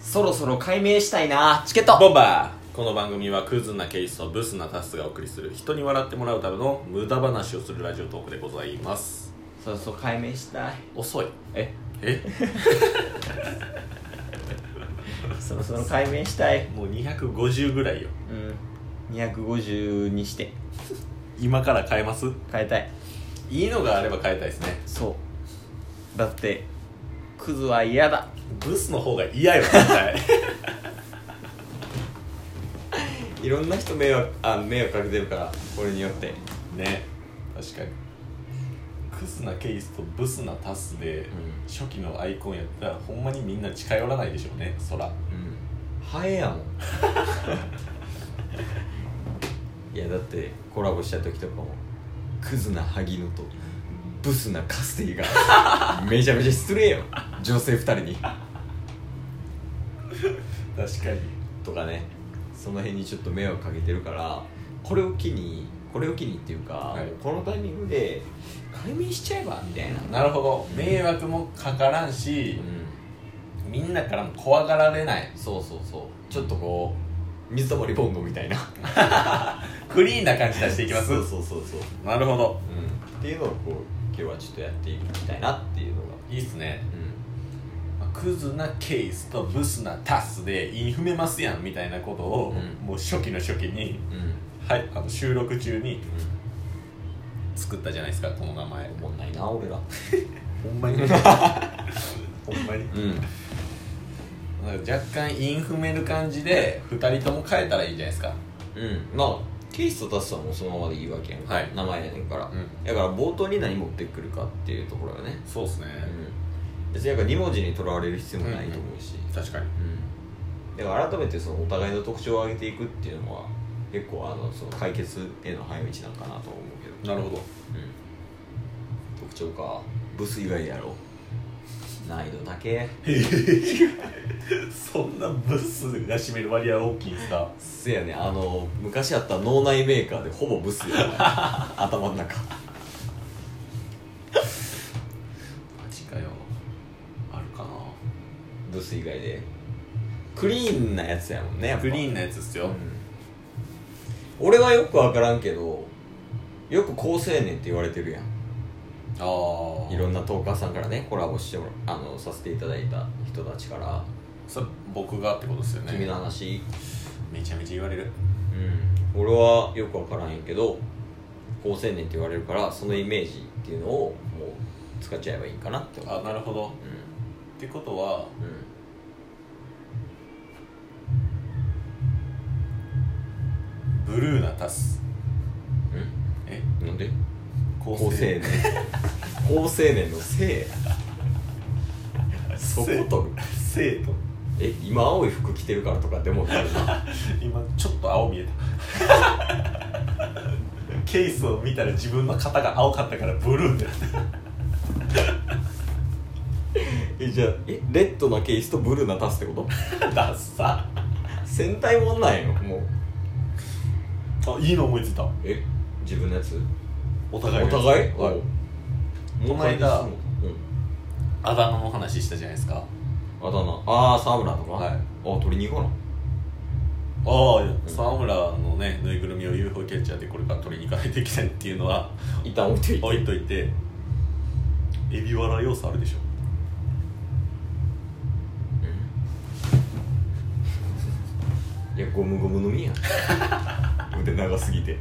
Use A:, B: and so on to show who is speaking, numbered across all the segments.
A: そろそろ解明したいなチケット
B: ボンバーこの番組はクズなケイスとブスなタスがお送りする人に笑ってもらうための無駄話をするラジオトークでございます
A: そろそろ解明したい
B: 遅い
A: え
B: え
A: そろそろ解明したい
B: もう250ぐらいよ
A: うん250にして
B: 今から変えます
A: 変えたい
B: いいのがあれば変えたいですね
A: そうだってクズは嫌だ
B: ブスの方が嫌よ絶対
A: いろんな人迷惑あ迷惑かけてるから俺によって
B: ね確かにクズなケイスとブスなタスで、
A: ん
B: 初期のアイコンやったらほんまにみんな近寄らないでしょうねそら
A: うんハエやもんいやだってコラボした時とかもクズな萩野とブスなカスティが めちゃめちゃ失礼よ女性2人に
B: 確かに
A: とかねその辺にちょっと迷惑かけてるからこれを機にこれを機にっていうか、
B: はい
A: このタイミングで解明しちゃえばみたいな
B: なるほど迷惑もかからんし、みんなからも怖がられない
A: そうそうそうちょっとこう水溜りボンドみたいな
B: クリーンな感じ出していきます
A: そうそうそうそう
B: なるほど
A: うん、っていうのをこう今日はちょっとやっていきたいなっていうのが、
B: いいっすねまあクズなケースとブスなタスでイン踏めますやんみたいなことを、
A: うん
B: もう初期の初期に、
A: うんうん
B: はい、あの収録中に作ったじゃないですかこの名前
A: おもんないな俺らう
B: ほんま にほんまに
A: ん
B: 若干イン踏める感じで2人とも変えたらいいじゃないですか
A: うんまあケースとタスさんもそのままでいいわけやんか、
B: はい
A: 名前やねんから、
B: うん
A: だから冒頭に何持ってくるかっていうところがね、
B: そうっすね、
A: うん、別になんか2文字にとらわれる必要もないと思うし、
B: 確かに
A: うん、だから改めてそのお互いの特徴を上げていくっていうのは結構あのその解決への早道なんかなと思うけど
B: なるほど
A: うん特徴かブス以外やろ難易度だけ
B: そんなブスが占める割合大きいんすか
A: せやねあの昔あった脳内メーカーでほぼブスやね 頭の中
B: マジかよあるかな
A: ブス以外でクリーンなやつやもんねやっぱ
B: クリー
A: ン、
B: ンなやつっす
A: う
B: よ、
A: ん俺はよく分からんけどよく好青年って言われてるやん
B: ああ
A: いろんなトーカーさんからねコラボしてもらあのさせていただいた人たちから
B: それ僕がってことですよ
A: 「
B: ね
A: 君の話
B: めちゃめちゃ言われる
A: うん、俺はよく分からんやけど好青年って言われるからそのイメージっていうのをもう使っちゃえばいいかなって思う
B: あなるほどってことは
A: うんうん
B: ブルーなタス
A: う
B: え
A: んなんで
B: 高
A: 好青 年好青年のせいそこ取る
B: 生徒
A: え今青い服着てるからとかでも取るな
B: 今ちょっと青 見えたケースを見たら自分の肩が青かったからブルーってなった
A: えじゃあえレッドなケースとブルーな足すって こと
B: ダッサ
A: 戦隊もんなんよもう
B: あいいの思いついた
A: え自分のやつ
B: お
A: お
B: 互い
A: 互
B: のやつ
A: い
B: はい
A: お
B: この間
A: うん
B: あだ名の話したじゃないですか
A: あだ名ああ沢村とか
B: はい
A: あ鶏肉かな
B: ああ沢村のねぬいぐるみを UFO キャッチャーでこれから取りに行かないといけないっていうのは
A: 一旦置いといて
B: 置いといてエビワラ要素あるでしょ
A: いやゴムゴムの みやん腕長すぎて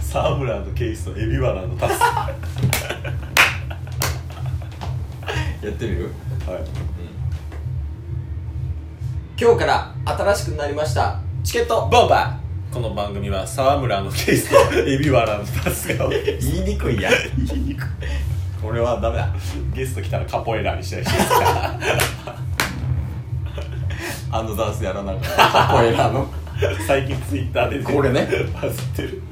B: 沢村のケースとエビワラのタ スは
A: やってみる
B: い
A: 今日から新しくなりましたチケットボンバ
B: この番組は沢村のケースとエビワラのタス が
A: ー言いにくいやん 言いにくいこれはダメだ
B: ゲスト来たらカポエラにしたりして
A: あのダンスやらなかったこれらの
B: 最近ツイッターで、
A: これね
B: バズってる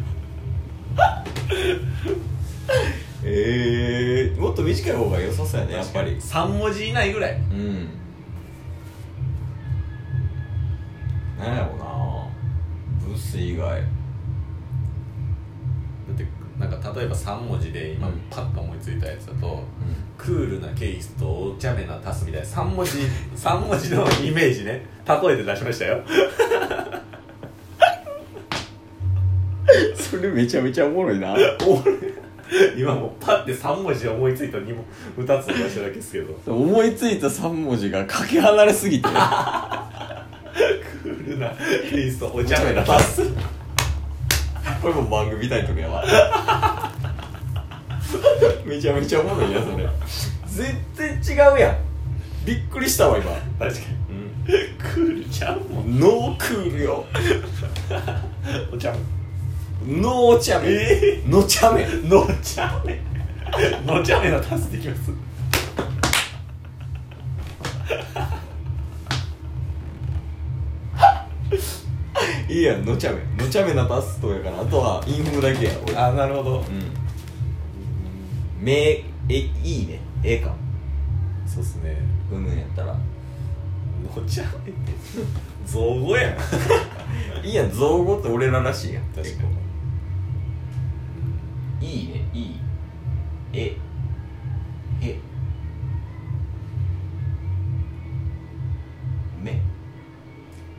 A: えー、もっと短い方が良さそうやねやっぱり
B: 3文字以内ぐらい
A: うんなんやろうなブース以外
B: だってなんか例えば3文字で今
A: うん
B: パッと思いついたやつだと
A: う
B: クールなケイスとお茶目なタスみたいな3文字3文 字のイメージね例えて出しましたよ
A: ん それめちゃめちゃおもろいな
B: 今もうパッて3文字思いついた2も2つの場所だけですけど
A: 思いついた3文字がかけ離れすぎて
B: クールなケイスとお茶目なタス
A: これも番組タイトルや わめちゃめちゃおもろいやそれ全然違うやんびっくりしたわ今
B: 確かに、クールちゃうもん
A: ノークールよ
B: お茶
A: ノーチャメ、
B: え
A: ノチャメ
B: 目のちゃめのちゃめなタスできます
A: いいやんノチャメノチャメなパスとやからあとはインフムだけや俺
B: あなるほど
A: うんめえいいねええか
B: そうっすね
A: うんうんやったら
B: のちゃめって造語やん
A: いいやん造語って俺ららしいやん
B: 確かに
A: いいねいいえへめ
B: ま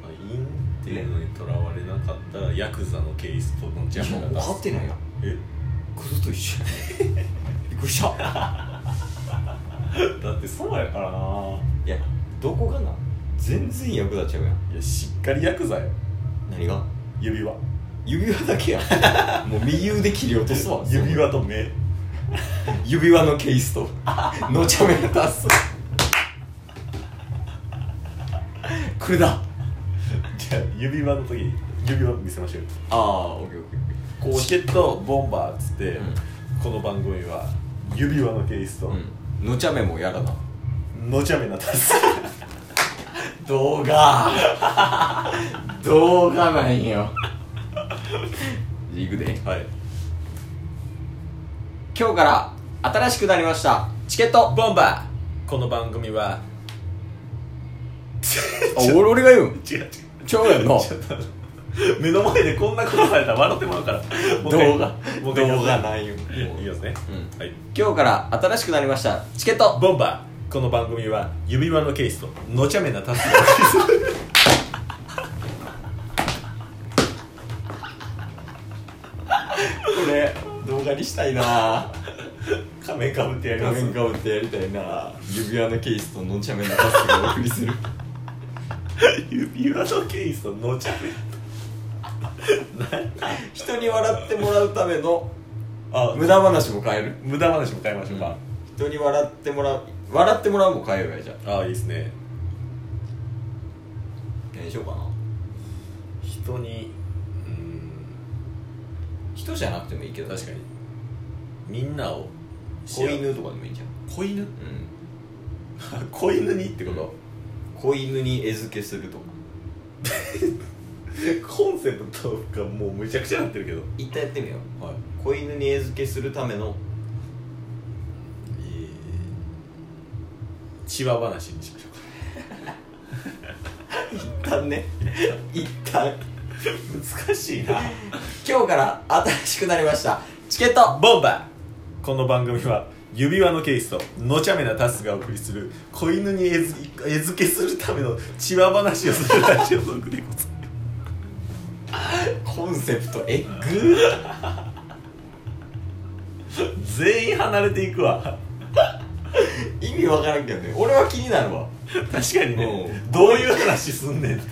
B: あ、インっていうのにとらわれなかったらヤクザのケースとのジ
A: いやも
B: ャ
A: う
B: ムが
A: 分かってないやん
B: え
A: クズと一緒や びっくりした
B: だってそうやからない
A: やどこがな全然役立っちゃうやん
B: いやしっかりヤクザや
A: 何が
B: 指輪
A: 指輪だけやんもう右腕切り落とすわ
B: 指輪と目
A: 指輪のケースとのちゃめが出すこれだ
B: じゃあ指輪の時指輪見せましょうよ
A: ああオッケーオッケーオッケ
B: こうチケットボンバーっつって、
A: うん
B: この番組は指輪のケースと、
A: ーうんのちゃめもやらな
B: のちゃめなタ ス
A: 動画動画なんよいくで
B: はい
A: 今日から新しくなりましたチケット
B: ボンバーこの番組は
A: 俺俺が言うん
B: 違う違う
A: ちょうやんの
B: ちょっと目の前でこんなことされたら笑ってもらうからもう一回
A: 動画
B: もう一回
A: 動画ないよ
B: いきますね、
A: う
B: はい
A: 今日から新しくなりましたチケット
B: ボンバーこの番組は指輪のケースとのちゃめなタスがお送りする
A: これ動画にしたいな
B: 仮面かぶってやり
A: 画
B: ます
A: 面かぶってやりたいな指輪のケースとのちゃめのパスがお送りする
B: 指輪のケースとのちゃめ
A: 人に笑ってもらうための
B: あ
A: 無駄話も変える
B: 無駄話も変えましょうか、
A: 人に笑ってもらう笑ってもらうも変えようやじゃあ
B: ああいいですね
A: 何しようかな
B: 人にうーん
A: 人じゃなくてもいいけど
B: 確かにみんなを
A: 子犬とかでもいいじゃん
B: 子犬
A: う ん
B: 子犬にってこと、
A: 子犬に餌付けするとか
B: コンセプトがもうむちゃくちゃなってるけど
A: 一旦やってみよう
B: はい
A: 子犬に餌付けするための
B: チワ話にしましょう
A: 一
B: か
A: 旦 ね一旦
B: 難しいな
A: 今日から新しくなりましたチケット
B: ボンバーこの番組は指輪のケースとのちゃめなタスがお送りする子犬に餌付け餌付けするためのチワ話をするラジオトークでございま
A: コンセプトエッグ
B: す全員離れていくわ
A: 意味わからんけどね俺は気になるわ
B: 確かにね
A: うん
B: どういう話すんねん
A: 子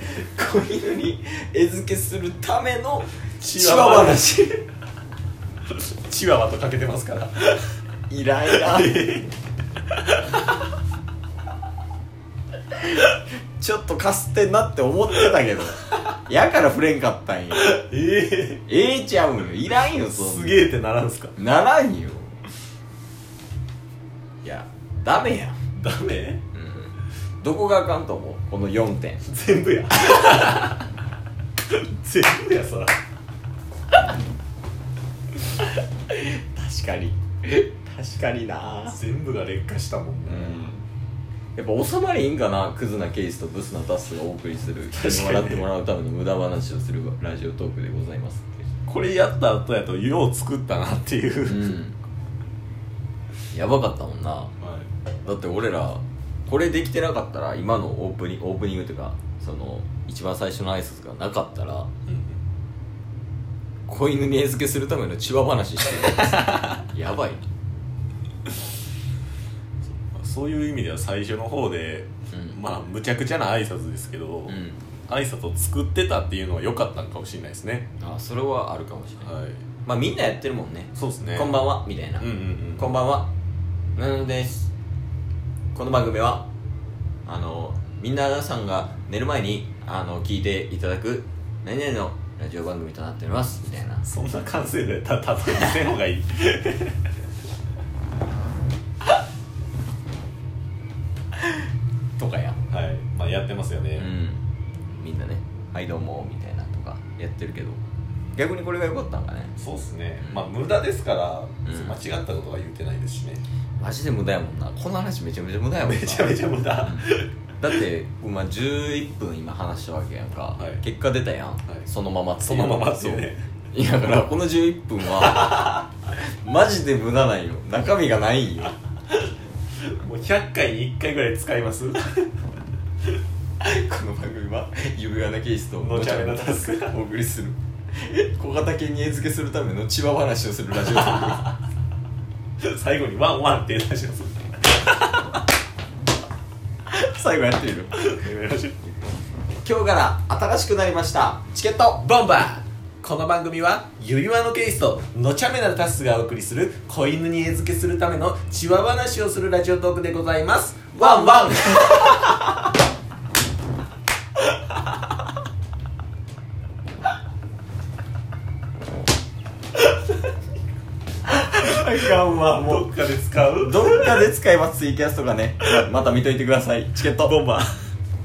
A: 犬に餌付けするためのチ
B: チ
A: ワ
B: ワ
A: ワ
B: ワ
A: 話
B: チワワとかけてますから
A: イライラ ちょっとかすってんなって思ってたけどやから触れんかったんや
B: ええ
A: ええちゃうんよいらんよそん
B: す
A: な
B: げえってならんすか
A: ならんよいやダメやん、
B: ダメ
A: うん、どこがあかんと思うこの4点
B: 全部や全部やそら
A: 確かに確かにな
B: 全部が劣化したもん
A: う
B: ね、
A: んやっぱ収まりいいんかなクズなケースとブスなタスがお送りする人
B: 確かに
A: に笑ってもらうための無駄話をするラジオトークでございますって
B: これやった後やとよう作ったなっていう、
A: うんやばかったもんな
B: はい
A: だって俺らこれできてなかったら今のオープニングオープニングというかその一番最初の挨拶がなかったら
B: うん
A: 子犬に餌付けするためのチワ話 してるやばい
B: まあそういう意味では最初の方で、
A: うん
B: まあむちゃくちゃな挨拶ですけ
A: う
B: ど、
A: ん
B: 挨拶を作ってたっていうのは良かったんかもしれないですね
A: あそれはあるかもしれない、
B: はい
A: まあみんなやってるもんね
B: そうですね
A: こんばんはみたいな、
B: うんうんうん
A: こんばんはなのですこの番組はあのみんなさんが寝る前にあの聞いていただく何々のラジオ番組となっておりますみたいな
B: そんな完成度やったら例えせん方がいい
A: とかや
B: はいまあやってますよ
A: う
B: ね、
A: んみんなね「はいどうも」みたいなとかやってるけど逆にこれが良かったんかね
B: そうですねまあ無駄ですか
A: う
B: ら、
A: ん
B: 間違ったことは言ってないですしね
A: マジで無駄やもんなこの話めちゃめちゃ無駄やもん
B: め
A: な
B: ちゃめちゃ無駄、は
A: だって、まあ、11分今話したわけやんか、
B: はい
A: 結果出たやん、そのままっていう
B: そのままっていうね
A: そういやだからこの11分は マジで無駄なんよ中身がない んよ
B: もう100回に1回ぐらい使います
A: この番組は指輪のケースと
B: のちゃめのタスク
A: お送りする 小型犬に餌付けするためのチワ話をするラジオ番
B: 最後にワンワンって出します
A: 組 最後やってみる今日から新しくなりましたチケット
B: ボンバーこの番組は指輪のケイスとのちゃめなタスがお送りする子犬に餌付けするためのチワ話をするラジオトークでございますワ ンワン
A: あかんわもう
B: どっかで使う
A: どっかで使えばツイキャスとかねまた見といてくださいチケットボンバー